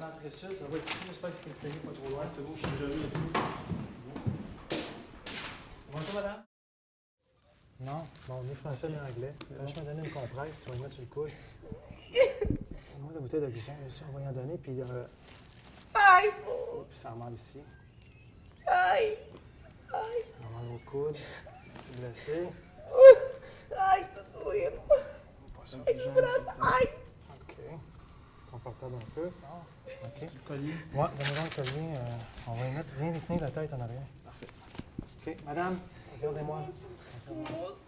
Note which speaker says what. Speaker 1: l'entrée sud, ça va être ici, j'espère que c'est considéré pas trop loin.
Speaker 2: c'est bon, je suis jamais ici.
Speaker 1: Bonjour madame. Non, bon, ni français ni anglais. Je vais donner une compresse, tu vas y mettre sur le coude. Au moins la bouteille d'oxygène, aussi, on va y en donner, puis, euh,
Speaker 3: Aïe!
Speaker 1: oh, puis ça remonte ici.
Speaker 3: Aïe! Aïe!
Speaker 1: On remonte l'autre coude. C'est blessé.
Speaker 3: Aïe, ça doit Aïe!
Speaker 1: OK. Confortable un peu. OK.
Speaker 2: Sur le collier.
Speaker 1: Ouais, donnez-moi le collier. euh, on va y mettre, rien y tenir la tête en arrière. Parfait. OK, madame, regardez-moi.
Speaker 3: Mon